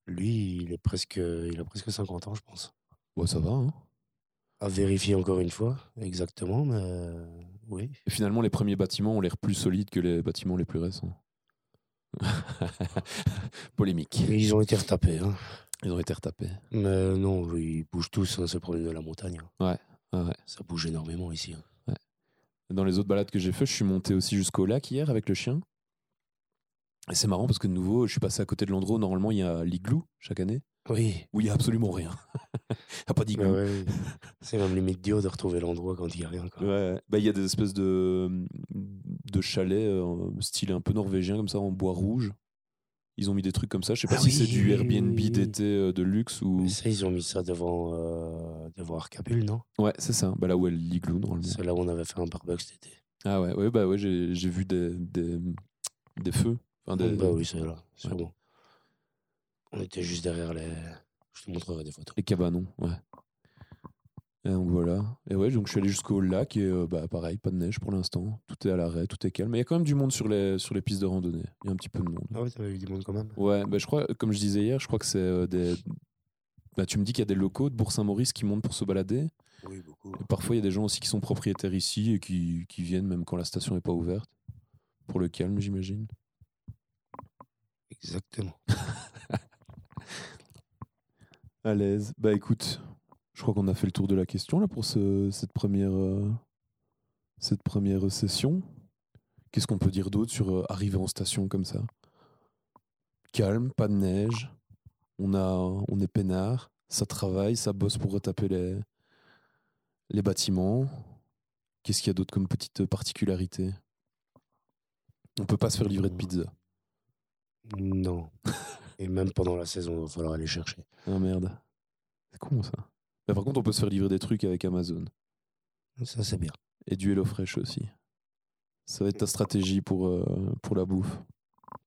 B: lui, il, est presque, il a presque 50 ans, je pense.
A: Ouais, ça va. hein.
B: À vérifier encore une fois, exactement, mais euh, oui.
A: Et finalement, les premiers bâtiments ont l'air plus solides que les bâtiments les plus récents. [LAUGHS] Polémique.
B: Mais ils ont été retapés. hein.
A: Ils ont été retapés.
B: Mais euh, non, oui, ils bougent tous, hein, c'est le problème de la montagne. hein.
A: Ouais, ouais, ouais.
B: Ça bouge énormément ici. hein.
A: Dans les autres balades que j'ai fait, je suis monté aussi jusqu'au lac hier avec le chien. Et c'est marrant parce que de nouveau, je suis passé à côté de l'endroit où normalement il y a l'igloo chaque année,
B: Oui,
A: où il y a absolument rien. [LAUGHS] il n'y a pas
B: mais
A: d'igloo. Ouais.
B: ouais, [LAUGHS] c'est même limite dur de retrouver l'endroit quand il n'y a rien. quoi.
A: ouais. Bah, il y a des espèces de, de chalets euh, style un peu norvégien comme ça en bois rouge. Ils ont mis des trucs comme ça. Je sais pas
B: Ah
A: si
B: oui,
A: c'est du
B: oui,
A: Airbnb
B: oui, oui.
A: d'été euh, de luxe ou.
B: Mais Ça, ils ont mis ça devant, euh, devant Arcapule, non
A: Ouais, c'est ça. Bah, là où est l'igloo normalement.
B: C'est là où on avait fait un barbecue cet été.
A: Ah ouais, ouais, bah ouais, j'ai j'ai vu des, des, des feux. Enfin, des-
B: Donc, Bah oui, c'est là, sûrement. On était juste derrière les. Je te montrerai des photos.
A: Les cabanons, ouais. Et donc voilà. Et ouais, donc je suis allé jusqu'au lac et euh, bah pareil, pas de neige pour l'instant. Tout est à l'arrêt, tout est calme. Mais il y a quand même du monde sur les, sur les pistes de randonnée. Il y a un petit peu de monde.
B: Ah oui, t'avais eu du monde quand même.
A: Ouais, bah je crois, comme je disais hier, je crois que c'est euh, des. Bah, tu me dis qu'il y a des locaux de Bourg-Saint-Maurice qui montent pour se balader.
B: Oui, beaucoup.
A: Et parfois, il y a des gens aussi qui sont propriétaires ici et qui, qui viennent même quand la station n'est pas ouverte. Pour le calme, j'imagine.
B: Exactement.
A: À l'aise. Bah écoute, je crois qu'on a fait le tour de la question là pour ce- cette première euh, cette première session. Qu'est-ce qu'on peut dire d'autre sur euh, arriver en station comme ça Calme, pas de neige. On a on est peinard, ça travaille, ça bosse pour retaper les les bâtiments. Qu'est-ce qu'il y a d'autre comme petite particularité On peut pas se faire livrer de pizza. [LAUGHS]
B: Non. Et même pendant la saison, il va falloir aller chercher.
A: Ah merde. C'est con ça. Mais par contre, on peut se faire livrer des trucs avec Amazon.
B: Ça, c'est bien.
A: Et du HelloFresh aussi. Ça va être ta stratégie pour, euh, pour la bouffe.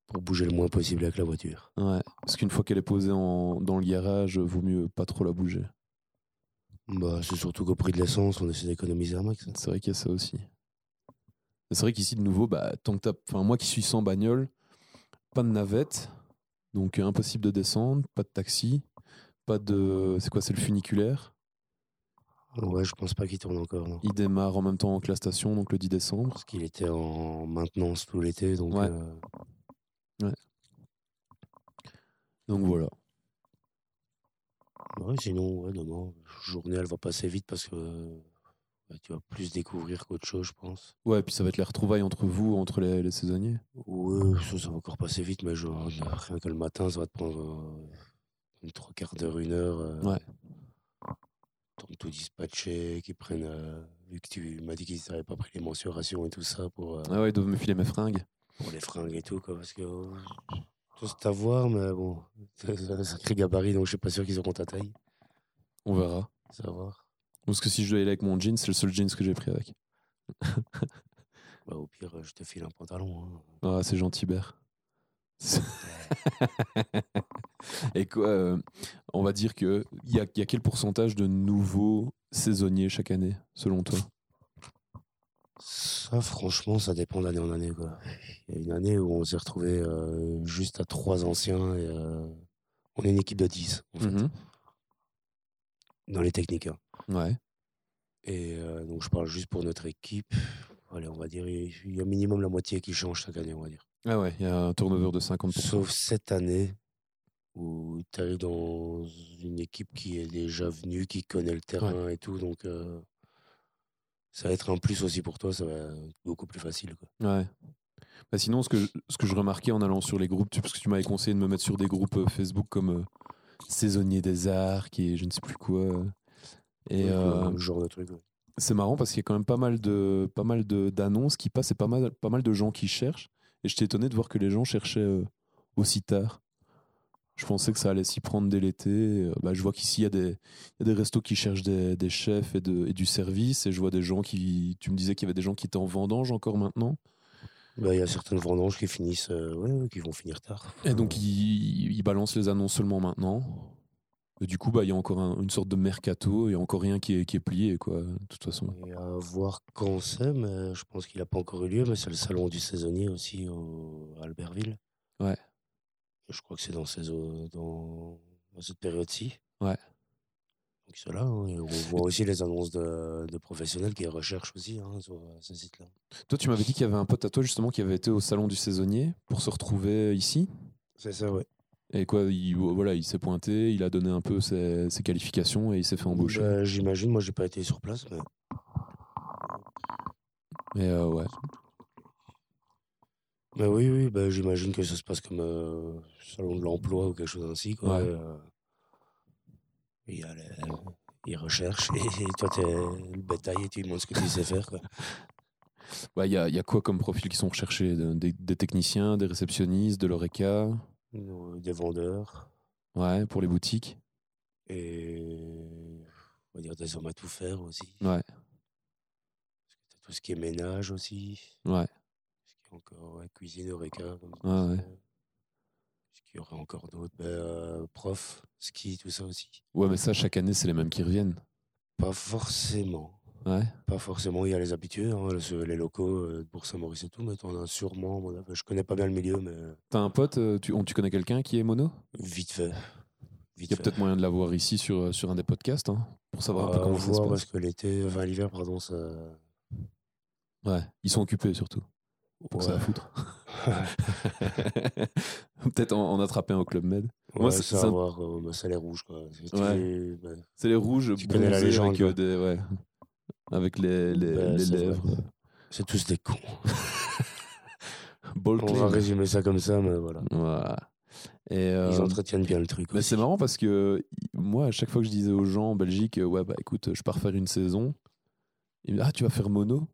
B: Pour bouger le moins possible avec la voiture.
A: Ouais. Parce qu'une fois qu'elle est posée en- dans le garage, euh, vaut mieux pas trop la bouger.
B: Bah, c'est surtout qu'au prix de l'essence, on essaie d'économiser un max. hein.
A: C'est vrai qu'il y a ça aussi. C'est vrai qu'ici, de nouveau, bah, tant que t'as- enfin, moi qui suis sans bagnole, pas de navette, donc euh, impossible de descendre, pas de taxi, pas de. C'est quoi, c'est le funiculaire
B: Ouais, je pense pas qu'il tourne encore, non.
A: Il démarre en même temps que la station, donc le 10 décembre.
B: Parce qu'il était en maintenance tout l'été, donc.
A: Ouais.
B: euh,
A: Donc voilà.
B: ouais, sinon, ouais, demain, journée, elle va passer vite parce que euh, ouais, tu vas plus découvrir qu'autre chose, je pense.
A: Ouais, puis ça va être les retrouvailles entre vous, entre les, les saisonniers.
B: Ouais, ça, ça va encore passer vite, mais genre, rien que le matin, ça va te prendre euh, une trois quarts d'heure, une heure. euh,
A: Ouais.
B: temps de tout dispatcher, qu'ils prennent. euh, vu que tu m'as dit qu'ils n'avaient pas pris les mensurations et tout ça pour, euh,
A: Ah ouais, ils doivent me filer mes fringues.
B: pour les fringues et tout, quoi, parce que. euh, tout c'est à voir, mais bon, [LAUGHS] c'est un sacré gabarit, donc je suis pas sûr qu'ils auront ta taille.
A: On verra.
B: Ça va voir.
A: Parce que si je dois y aller avec mon jean, c'est le seul jeans que j'ai pris avec.
B: Bah, au pire, euh, je te file un pantalon. hein.
A: Ah, c'est gentil, Bert. [LAUGHS] Et quoi, euh, on va dire que il y a, y a quel pourcentage de nouveaux saisonniers chaque année, selon toi
B: Ça, franchement, ça dépend d'année en année. quoi. Il y a une année où on s'est retrouvé euh, juste à trois anciens et euh, on est une équipe de 10, en fait,
A: Mhm.
B: dans les techniques. hein.
A: Ouais.
B: Et euh, donc, je parle juste pour notre équipe. Allez, on va dire, il il y a minimum la moitié qui change chaque année, on va dire.
A: Ah ouais, il y a un turnover de 50%.
B: Sauf cette année où tu arrives dans une équipe qui est déjà venue, qui connaît le terrain et tout. Donc, euh, ça va être un plus aussi pour toi. Ça va être beaucoup plus facile. Quoi.
A: Ouais. Bah, sinon, ce que, je- ce que je remarquais en allant sur les groupes, tu- parce que tu m'avais conseillé de me mettre sur des groupes euh, Facebook comme euh, Saisonnier des Arts, qui est je ne sais plus quoi. euh. Et
B: Donc,
A: euh,
B: euh, ce genre de truc. ouais.
A: c'est marrant parce qu'il y a quand même pas mal de pas mal de- d'annonces qui passent et pas mal, pas mal de gens qui cherchent. Et j'étais étonné de voir que les gens cherchaient euh, aussi tard. Je pensais que ça allait s'y prendre dès l'été. Euh, bah, je vois qu'ici, il y, a des- il y a des restos qui cherchent des, des chefs et, de- et du service. Et je vois des gens qui. Tu me disais qu'il y avait des gens qui étaient en vendange encore maintenant.
B: Bah, Il y a certaines vendanges qui finissent, euh, ouais, ouais, qui vont finir tard.
A: Et donc, ils ils balancent les annonces seulement maintenant. Et du coup, bah, il y a encore un- une sorte de mercato. Il y a encore rien qui est, qui est plié, quoi, de toute façon.
B: Et à voir quand c'est, mais je pense qu'il n'a pas encore eu lieu, mais c'est le salon du saisonnier aussi au, à Albertville.
A: Ouais.
B: Et je crois que c'est dans, ces, eaux- dans, dans cette période-ci.
A: Ouais.
B: Donc c'est là, hein, et on voit aussi les annonces de, de professionnels qui recherchent aussi hein, sur euh, ce site-là.
A: Toi, tu m'avais dit qu'il y avait un pote à toi, justement, qui avait été au salon du saisonnier pour se retrouver ici.
B: C'est ça, ouais.
A: Et quoi, il, euh, voilà, il s'est pointé, il a donné un peu ses, ses qualifications et il s'est fait embaucher.
B: Bah, J'imagine, moi j'ai pas été sur place, mais
A: Et euh, ouais.
B: Mais oui, oui, bah, j'imagine que ça se passe comme euh, salon de l'emploi ou quelque chose ainsi, quoi.
A: Ouais.
B: euh, il y a les- ils recherchent et, et toi, t'es le bétail et tu lui montres ce que tu sais faire, quoi.
A: Bah, Il y, a, il y a quoi comme profils qui sont recherchés de- des, des techniciens, des réceptionnistes, de l'ORECA,
B: Euh, Des vendeurs
A: ouais, pour les boutiques.
B: et on va dire des hommes à tout faire aussi.
A: Ouais,
B: T'as tout ce qui est ménage aussi.
A: ouais.
B: Ce qui est encore ouais, cuisine, Eureka. comme tu
A: Ouais,
B: disais.
A: ouais.
B: Ce qu'il y aurait encore d'autres. bah, euh, prof, ski, tout ça aussi.
A: Ouais, mais ça, chaque année, c'est les mêmes qui reviennent.
B: Pas forcément.
A: Ouais.
B: Pas forcément, il y a les habitués, hein, le- ce- les locaux euh, de Bourg-Saint-Maurice et tout, mais t'en as sûrement. mon avis. Je connais pas bien le milieu, mais euh,
A: T'as un pote, euh, tu, on- tu connais quelqu'un qui est mono
B: vite fait.
A: Il
B: Vite
A: y a
B: fait.
A: peut-être moyen de l'avoir ici sur, euh, sur un des podcasts, hein, pour savoir un peu
B: Euh,
A: comment ça se
B: voir,
A: passe.
B: parce que l'été, enfin l'hiver, pardon, ça.
A: Ouais, ils sont occupés surtout. Pour euh, ça à
B: Ouais.
A: foutre. [LAUGHS] Peut-être en, en attraper un au Club Med.
B: Ouais,
A: Moi, c'est-
B: ça,
A: ça-
B: à voir, euh, bah, ça les rouges, quoi. C'est-
A: Ouais.
B: bah,
A: C'est les rouges bronzés
B: Tu connais la légende,
A: avec, euh, des, ouais, avec les, les-
B: bah,
A: les
B: c'est vrai.
A: lèvres.
B: C'est tous des cons.
A: Ball
B: On va
A: clean.
B: résumer ça comme ça, mais voilà.
A: Voilà. Et, euh,
B: Ils entretiennent bien le truc.
A: mais
B: aussi.
A: c'est marrant parce que i- moi, à chaque fois que je disais aux gens en Belgique, euh, ouais, bah écoute, je pars faire une saison. Ils me disent, ah, tu vas faire mono Donc,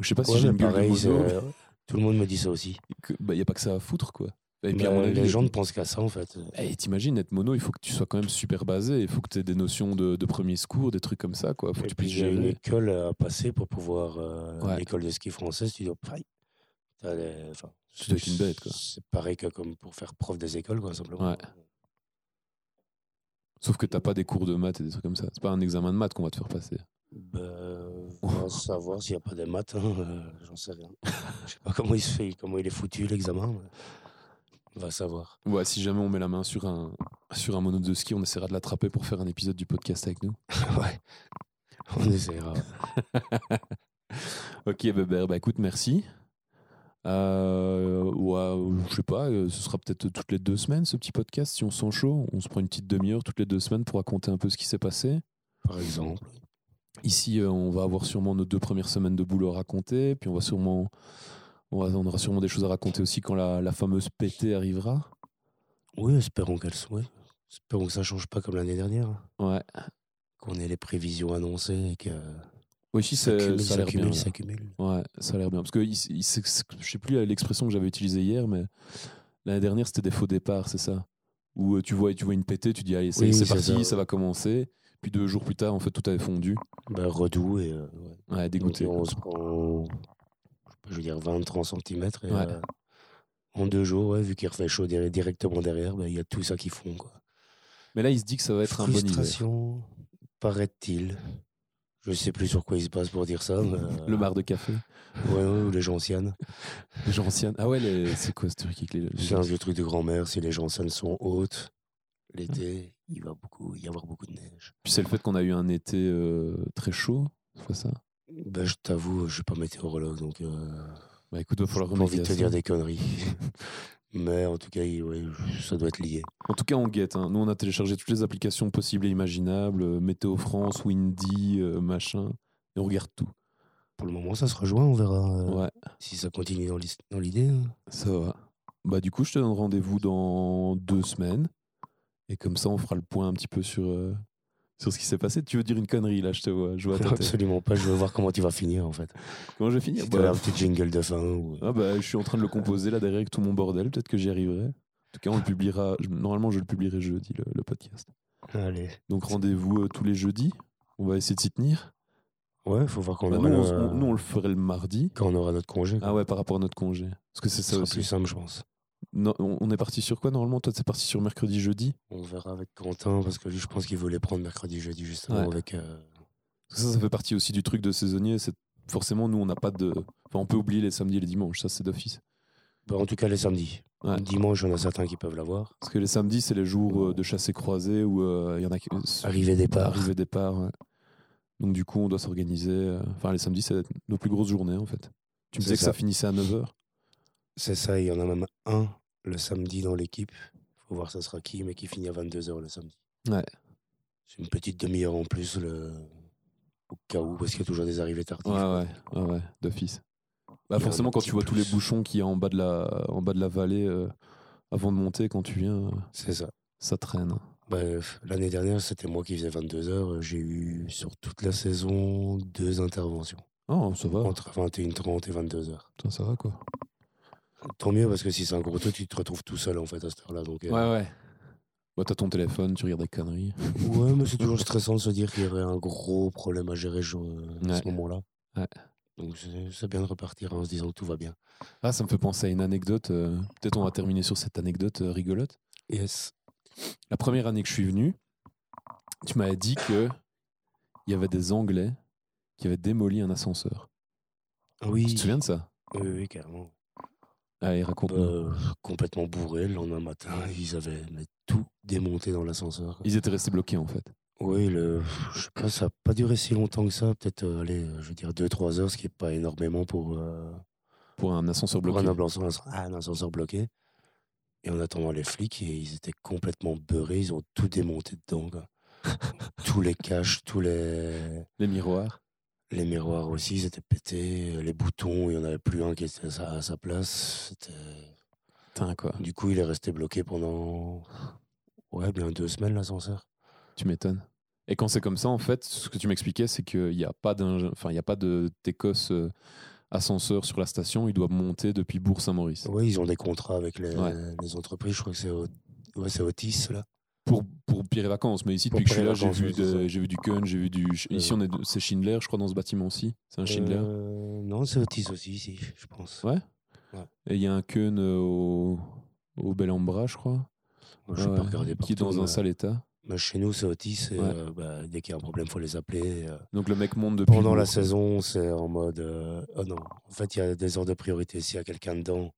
A: Je sais pas
B: Ouais,
A: si j'ai
B: mais
A: une gueule de
B: pareil, c'est- euh,
A: mono. mais
B: tout le monde me dit ça aussi.
A: que- Bah, y a pas que ça à foutre, quoi. Et puis, à
B: Mais
A: mon avis,
B: les gens ne pensent qu'à ça, en fait.
A: Hey, Eh, t'imagines, être mono, il faut que tu sois quand même super basé. Il faut que tu aies des notions de, de premier secours, des trucs comme ça, quoi. Faut que
B: Et
A: tu
B: puis euh,
A: puisses
B: j'ai une
A: gérer.
B: école à passer pour pouvoir euh,
A: Ouais.
B: l'école de ski française. Tu dois pareil. T'as les- enfin,
A: Tu dois être une bête, quoi.
B: C'est pareil que comme pour faire prof des écoles, quoi, simplement.
A: Ouais. Sauf que t'as pas des cours de maths et des trucs comme ça. C'est pas un examen de maths qu'on va te faire passer.
B: Bah, on va savoir s'il n'y a pas des maths, hein, euh, j'en sais rien. Je sais pas comment il se fait, comment il est foutu l'examen. mais On va savoir.
A: Ouais, si jamais on met la main sur un, sur un monote de ski, on essaiera de l'attraper pour faire un épisode du podcast avec nous.
B: ouais. On essaiera.
A: Ok, Weber, bah écoute, merci. Euh, ouais, je sais pas, euh, ce sera peut-être toutes les deux semaines ce petit podcast. Si on s'en chaud, on se prend une petite demi-heure toutes les deux semaines pour raconter un peu ce qui s'est passé.
B: Par exemple.
A: Ici, euh, on va avoir sûrement nos deux premières semaines de boulot à raconter, puis on va sûrement, on, va- on aura sûrement des choses à raconter aussi quand la, la fameuse pété arrivera.
B: Oui, espérons qu'elle soit. oui. Espérons que ça change pas comme l'année dernière.
A: Ouais.
B: Qu'on ait les prévisions annoncées et que
A: Oui, si
B: ça
A: c'est-
B: cumule,
A: ça a
B: ça
A: l'air bien.
B: cumule,
A: là.
B: ça cumule.
A: Ouais, ça a l'air bien. Parce que il s- il s'ex- je sais plus l'expression que j'avais utilisée hier, mais l'année dernière c'était des faux départs, c'est ça Où euh, tu vois, tu vois une pétée, tu dis allez, c'est
B: Oui,
A: c'est
B: c'est
A: parti,
B: ça, ouais.
A: ça va commencer. Puis deux jours plus tard, en fait, tout avait fondu.
B: Bah, redoux et euh, ouais.
A: Ouais,
B: Donc,
A: dégoûté.
B: on se prend, je veux dire, 20-30 cm. Et,
A: Ouais.
B: euh, en deux jours, ouais, vu qu'il refait chaud dir- directement derrière, bah, il y a tout ça qui fond. Quoi.
A: Mais là, il se dit que ça va être un bon hiver.
B: Frustration, paraît-il. Je sais plus sur quoi il se passe pour dire ça. mais, euh,
A: Le bar de café,
B: ouais, ouais, ou les gentianes.
A: les gens anciens. Ah ouais, les- c'est quoi ce truc avec les- les
B: C'est un vieux truc de grand-mère. Si les gentianes sont hautes, l'été,
A: Mm.
B: il va beaucoup, y avoir beaucoup de neige.
A: Puis c'est le fait qu'on a eu un été euh, très chaud, c'est pas ça
B: Ben, je t'avoue, je suis pas météorologue, donc euh,
A: Bah écoute, va
B: j'ai
A: falloir
B: pas
A: remédier
B: envie de
A: à
B: te
A: ça.
B: dire des conneries. [LAUGHS] Mais en tout cas, il- ouais, ça doit être lié.
A: En tout cas, on guette. hein. Nous, on a téléchargé toutes les applications possibles et imaginables euh, Météo France, Windy, euh, machin. Et on regarde tout.
B: Pour le moment, ça se rejoint. On verra euh,
A: Ouais,
B: si ça continue dans l'his- dans l'idée. hein.
A: ça va. Bah, du coup, je te donne rendez-vous dans deux semaines. Et comme ça, on fera le point un petit peu sur, euh, sur ce qui s'est passé. Tu veux dire une connerie, là, je te vois.
B: [LAUGHS]
A: Je vois ta tête.
B: Absolument pas. Je veux voir comment tu vas finir, en fait.
A: Comment je vais finir
B: Si
A: Bah,
B: t'as un petit jingle de fin. Ou... euh,
A: ah, bah, Je suis en train de le composer, là, derrière, avec tout mon bordel. Peut-être que j'y arriverai. En tout cas, on le publiera. je- Normalement, je le publierai jeudi, le, le podcast.
B: Allez.
A: Donc, rendez-vous euh, tous les jeudis. On va essayer de s'y tenir.
B: Ouais, faut voir qu'on
A: Bah,
B: aura,
A: nous, on,
B: le-
A: on- nous, on le ferait le mardi.
B: quand on aura notre congé. quoi.
A: Ah ouais, par rapport à notre congé. Parce que c'est
B: Ce
A: ça
B: sera
A: aussi.
B: plus simple, je pense.
A: Non, on on est parti sur quoi normalement Toi, t'es parti sur mercredi, jeudi
B: On verra avec Quentin, parce que lui, je pense qu'il voulait prendre mercredi, jeudi, justement,
A: Ouais.
B: avec. euh,
A: Parce que ça, ça fait partie aussi du truc de saisonnier. C'est forcément nous, on n'a pas de. Enfin, on peut oublier les samedis et les dimanches. Ça, c'est d'office.
B: bah, en tout cas, les samedis.
A: Ouais.
B: Dimanche, il y en a certains qui peuvent l'avoir.
A: Parce que les samedis, c'est les jours euh, de chassé croisé où euh, il y en a qui.
B: Arrivée, départ.
A: Arrivée, départ. ouais. Donc du coup, on doit s'organiser. euh, Enfin, les samedis, c'est nos plus grosses journées en fait. Tu me
B: C'est
A: disais que ça
B: ça.
A: finissait à 9h.
B: C'est ça, il y en a même un le samedi dans l'équipe. Faut voir, ça sera qui, mais qui finit à 22h le samedi.
A: Ouais.
B: C'est une petite demi-heure en plus le... au cas où, parce qu'il y a toujours des arrivées tardives.
A: Ouais, ouais,
B: quoi.
A: ouais, ouais, d'office.
B: Il y en
A: Bah
B: a
A: forcément,
B: un
A: quand
B: petit
A: tu vois tous les
B: plus.
A: bouchons qu'il y a en bas de la, en bas de la vallée euh, avant de monter, quand tu viens, euh,
B: C'est ça.
A: ça traîne.
B: Bref, l'année dernière, c'était moi qui faisais 22h. J'ai eu sur toute la saison deux interventions,
A: Oh, ça va.
B: entre 21h30 et 22h.
A: Putain, ça va quoi.
B: Tant mieux, parce que si c'est un gros taux, tu te retrouves tout seul en fait à cette heure-là. Donc, euh,
A: ouais. Bah, t'as ton téléphone, tu regardes des conneries.
B: ouais, mais c'est toujours stressant de se dire qu'il y aurait un gros problème à gérer je- euh, à
A: Ouais.
B: ce moment-là.
A: Ouais.
B: Donc c'est c'est bien de repartir hein, en se disant que tout va bien.
A: Ah, ça me fait penser à une anecdote. euh, Peut-être on va terminer sur cette anecdote euh, rigolote.
B: Yes.
A: La première année que je suis venu, tu m'avais dit que il y avait des Anglais qui avaient démoli un ascenseur.
B: Ah Oui.
A: Tu Mm. te souviens de ça
B: Oui, oui, carrément.
A: Allez, raconte.
B: Euh, complètement bourré le lendemain matin, ils avaient mais, tout démonté dans l'ascenseur. quoi.
A: Ils étaient restés bloqués en fait.
B: Oui, le, je sais pas, ça n'a pas duré si longtemps que ça, peut-être, euh, allez, euh, je veux dire 2-3 heures, ce qui n'est pas énormément pour, euh,
A: Pour un ascenseur
B: pour
A: bloqué.
B: un, ascenseur, un ascenseur bloqué. Et en attendant les flics, et ils étaient complètement beurrés, ils ont tout démonté dedans.
A: [LAUGHS]
B: quoi. tous les caches, tous les,
A: Les miroirs.
B: les miroirs aussi, ils étaient pétés, euh, les boutons, il n'y en avait plus un qui était à sa- à sa place. C'était...
A: Putain, quoi.
B: Du coup, il est resté bloqué pendant ouais, bien deux semaines, l'ascenseur.
A: Tu m'étonnes. Et quand c'est comme ça, en fait, ce que tu m'expliquais, c'est qu'il n'y a pas d'ing- enfin, il y a pas de Técos euh, ascenseur sur la station. Il doit monter depuis Bourg-Saint-Maurice.
B: Oui, ils ont des contrats avec les,
A: Ouais.
B: les entreprises. Je crois que c'est au- ouais, c'est Otis, là.
A: Pour, pour Pire et Vacances. Mais ici,
B: Pour
A: depuis que je suis
B: Pire
A: là,
B: et
A: j'ai
B: Vacances,
A: vu,
B: oui, c'est
A: de-
B: ça.
A: j'ai vu du Kun, j'ai vu du. Ici,
B: Euh.
A: on est, de- c'est Schindler, je crois, dans ce bâtiment-ci. C'est un Schindler.
B: Euh, non, c'est Otis aussi, si, je pense.
A: Ouais. Et il y a un Kun euh, au, au Bel Ambra, je crois,
B: Je vais
A: Ouais.
B: pas regarder
A: qui est
B: partout,
A: dans un
B: mais
A: sale état.
B: Mais Bah, chez nous, c'est Otis. et,
A: Ouais.
B: euh, bah, dès qu'il y a un problème, faut les appeler. et, euh,
A: Donc le mec monte depuis.
B: pendant
A: le-
B: la saison, c'est en mode. euh, oh non, en fait, il y a des ordres de priorité. S'il y a quelqu'un dedans,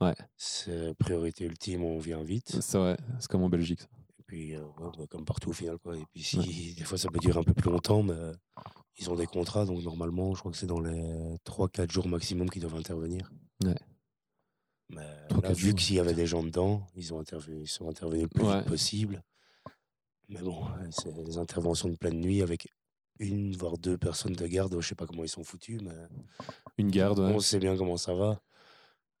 A: Ouais.
B: c'est priorité ultime, on vient vite.
A: C'est vrai, c'est comme en Belgique. ça.
B: Et puis, euh, ouais, bah, comme partout au final. Quoi. Et puis, si, des fois, ça peut durer un peu plus longtemps, mais euh, ils ont des contrats, donc normalement, je crois que c'est dans les 3-4 jours maximum qu'ils doivent intervenir.
A: Ouais.
B: Mais
A: Trois,
B: là,
A: quatre
B: vu
A: jours,
B: qu'il y avait des gens dedans, ils, ont intervenu, ils sont intervenus le plus
A: Ouais.
B: vite possible. Mais bon, ouais, c'est des interventions de pleine nuit avec une, voire deux personnes de garde. Je sais pas comment ils sont foutus, mais
A: Une garde, ouais.
B: on sait bien comment ça va.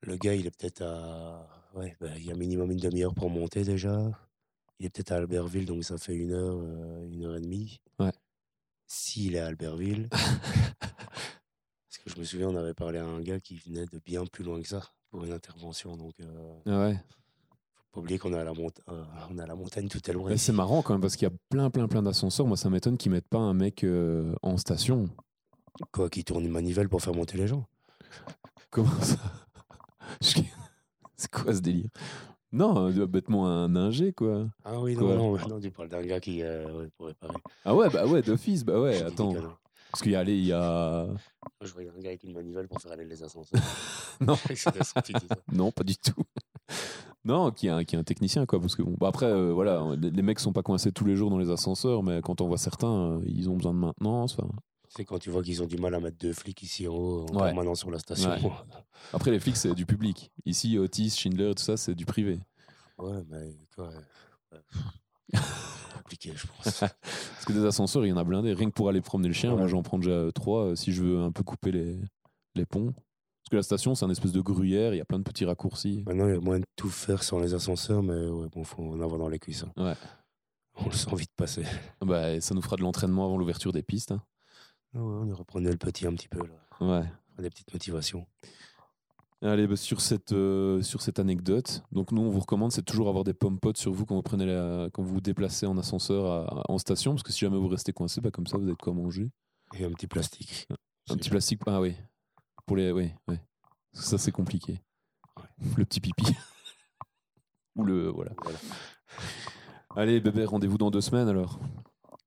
B: Le gars, il est peut-être à. Ouais, bah, il y a minimum une demi-heure pour monter déjà. Il est peut-être à Albertville, donc ça fait une heure, euh, une heure et demie.
A: Ouais.
B: S'il est
A: [LAUGHS]
B: à Albertville. Parce que je me souviens, on avait parlé à un gars qui venait de bien plus loin que ça pour une intervention. Donc, euh,
A: Ah ouais.
B: faut pas oublier qu'on est, à la monta- euh, on est à la montagne, tout est loin.
A: Mais c'est
B: ici.
A: marrant quand même parce qu'il y a plein, plein, plein d'ascenseurs. Moi, ça m'étonne qu'ils mettent pas un mec euh, en station. [LAUGHS]
B: Quoi, qui tourne une manivelle pour faire monter les gens.
A: Comment ça Je- [LAUGHS] C'est quoi ce délire Non, euh, bêtement un ingé, quoi.
B: Ah oui, non,
A: Quoi
B: non, non, tu parles d'un gars qui. euh, ouais, pour réparer.
A: Ah ouais, bah ouais, d'office, bah ouais,
B: Je dis des [LAUGHS]
A: attends.
B: conneries. Moi,
A: Parce qu'il y a, allez, il y a...
B: Je voyais un gars avec une manivelle pour faire aller les ascenseurs.
A: [LAUGHS] Non.
B: C'était stupide, ça.
A: Non, pas du tout. [LAUGHS] Non, qui est un, qui est un technicien, quoi. Parce que bon, bah après, euh, voilà, les, les mecs sont pas coincés tous les jours dans les ascenseurs, mais quand on voit certains, euh, ils ont besoin de maintenance. enfin.
B: [LAUGHS] C'est quand tu vois qu'ils ont du mal à mettre deux flics ici en haut, en
A: Ouais.
B: permanence sur la station.
A: Ouais. Après, les flics, c'est du public. Ici, Otis, Schindler, tout ça, c'est du privé.
B: [LAUGHS] Ouais, mais quoi. euh,
A: [LAUGHS]
B: ouais. compliqué, je pense.
A: Parce que des ascenseurs, il y en a blindé. Rien que pour aller promener le chien,
B: Ouais.
A: moi j'en prends déjà euh, trois euh, si je veux un peu couper les, les ponts. Parce que la station, c'est un espèce de gruyère, il y a plein de petits raccourcis.
B: Maintenant, il y a moyen de tout faire sans les ascenseurs, mais ouais, bon, faut en avoir dans les cuisses. hein.
A: Ouais.
B: On le sent vite passer.
A: Ah Bah, ça nous fera de l'entraînement avant l'ouverture des pistes. hein.
B: Ah ouais, on reprenait le petit un petit peu, là.
A: Ouais.
B: Des petites motivations.
A: Allez, bah, sur, cette, euh, sur cette anecdote, donc nous on vous recommande, c'est toujours avoir des pommes potes sur vous quand vous, prenez la, quand vous vous déplacez en ascenseur à- en station, parce que si jamais vous restez coincé, bah, comme ça vous avez de quoi manger.
B: Et un petit plastique.
A: Un petit plastique, ah oui. Pour les, oui, oui. Parce que ça c'est compliqué. Le petit pipi. [LAUGHS] Ou le, voilà.
B: Voilà.
A: Allez, bébé, rendez-vous dans deux semaines alors.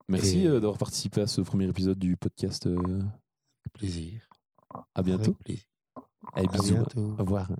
A: Merci
B: Et-
A: euh, d'avoir participé à ce premier épisode du podcast. euh,
B: Plaisir.
A: à bientôt.
B: Avec plaisir.
A: Allez,
B: À
A: bisous.
B: Eh bientôt.
A: Au revoir.